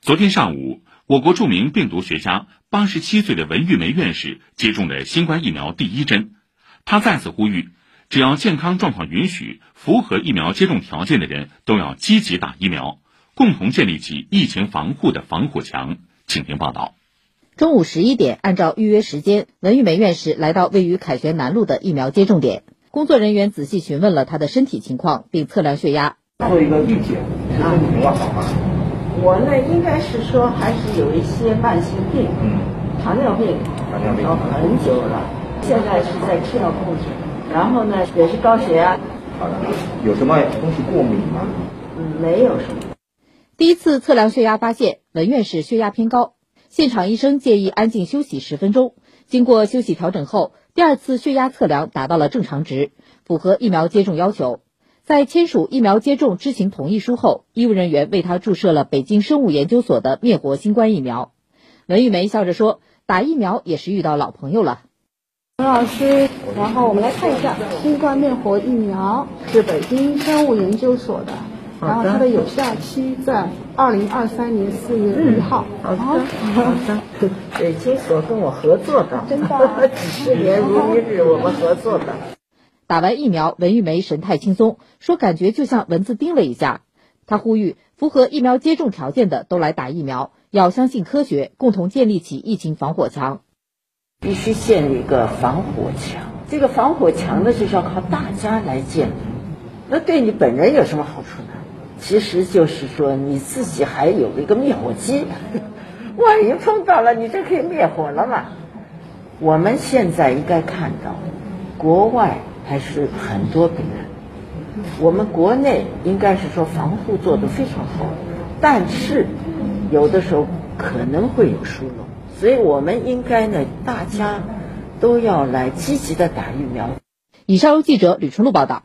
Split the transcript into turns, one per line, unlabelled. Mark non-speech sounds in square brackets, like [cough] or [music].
昨天上午，我国著名病毒学家、八十七岁的文玉梅院士接种了新冠疫苗第一针。他再次呼吁，只要健康状况允许、符合疫苗接种条件的人，都要积极打疫苗，共同建立起疫情防护的防火墙。请听报道。
中午十一点，按照预约时间，文玉梅院士来到位于凯旋南路的疫苗接种点。工作人员仔细询问了他的身体情况，并测量血压。
做一个预检，是身体情况好吗？
我呢，应该是说还是有一些慢性病，
嗯，
糖尿病，
糖尿病
哦很久了，现在是在吃药控制。然后呢，也是高血压，
好的。有什么东西过敏吗？
嗯，没有什么。
第一次测量血压发现，文院士血压偏高。现场医生建议安静休息十分钟。经过休息调整后，第二次血压测量达到了正常值，符合疫苗接种要求。在签署疫苗接种知情同意书后，医务人员为他注射了北京生物研究所的灭活新冠疫苗。文玉梅笑着说：“打疫苗也是遇到老朋友了。”
陈老师，然后我们来看一下新冠灭活疫苗是北京生物研究所的，然后它的有效期在二零二三年四月一号。
嗯好的，好的。北京所跟我合作的，
真
[laughs]
的
几十年如一日，我们合作的。
打完疫苗，文玉梅神态轻松，说感觉就像蚊子叮了一下。她呼吁符合疫苗接种条件的都来打疫苗，要相信科学，共同建立起疫情防火墙。
必须建立一个防火墙。这个防火墙呢，就是要靠大家来建立。那对你本人有什么好处呢？其实就是说你自己还有一个灭火机， [laughs] 万一碰到了，你就可以灭火了嘛。我们现在应该看到，国外还是很多病人，我们国内应该是说防护做得非常好，但是有的时候可能会有疏漏，所以我们应该呢，大家都要来积极的打疫苗。
以上由记者吕春露报道。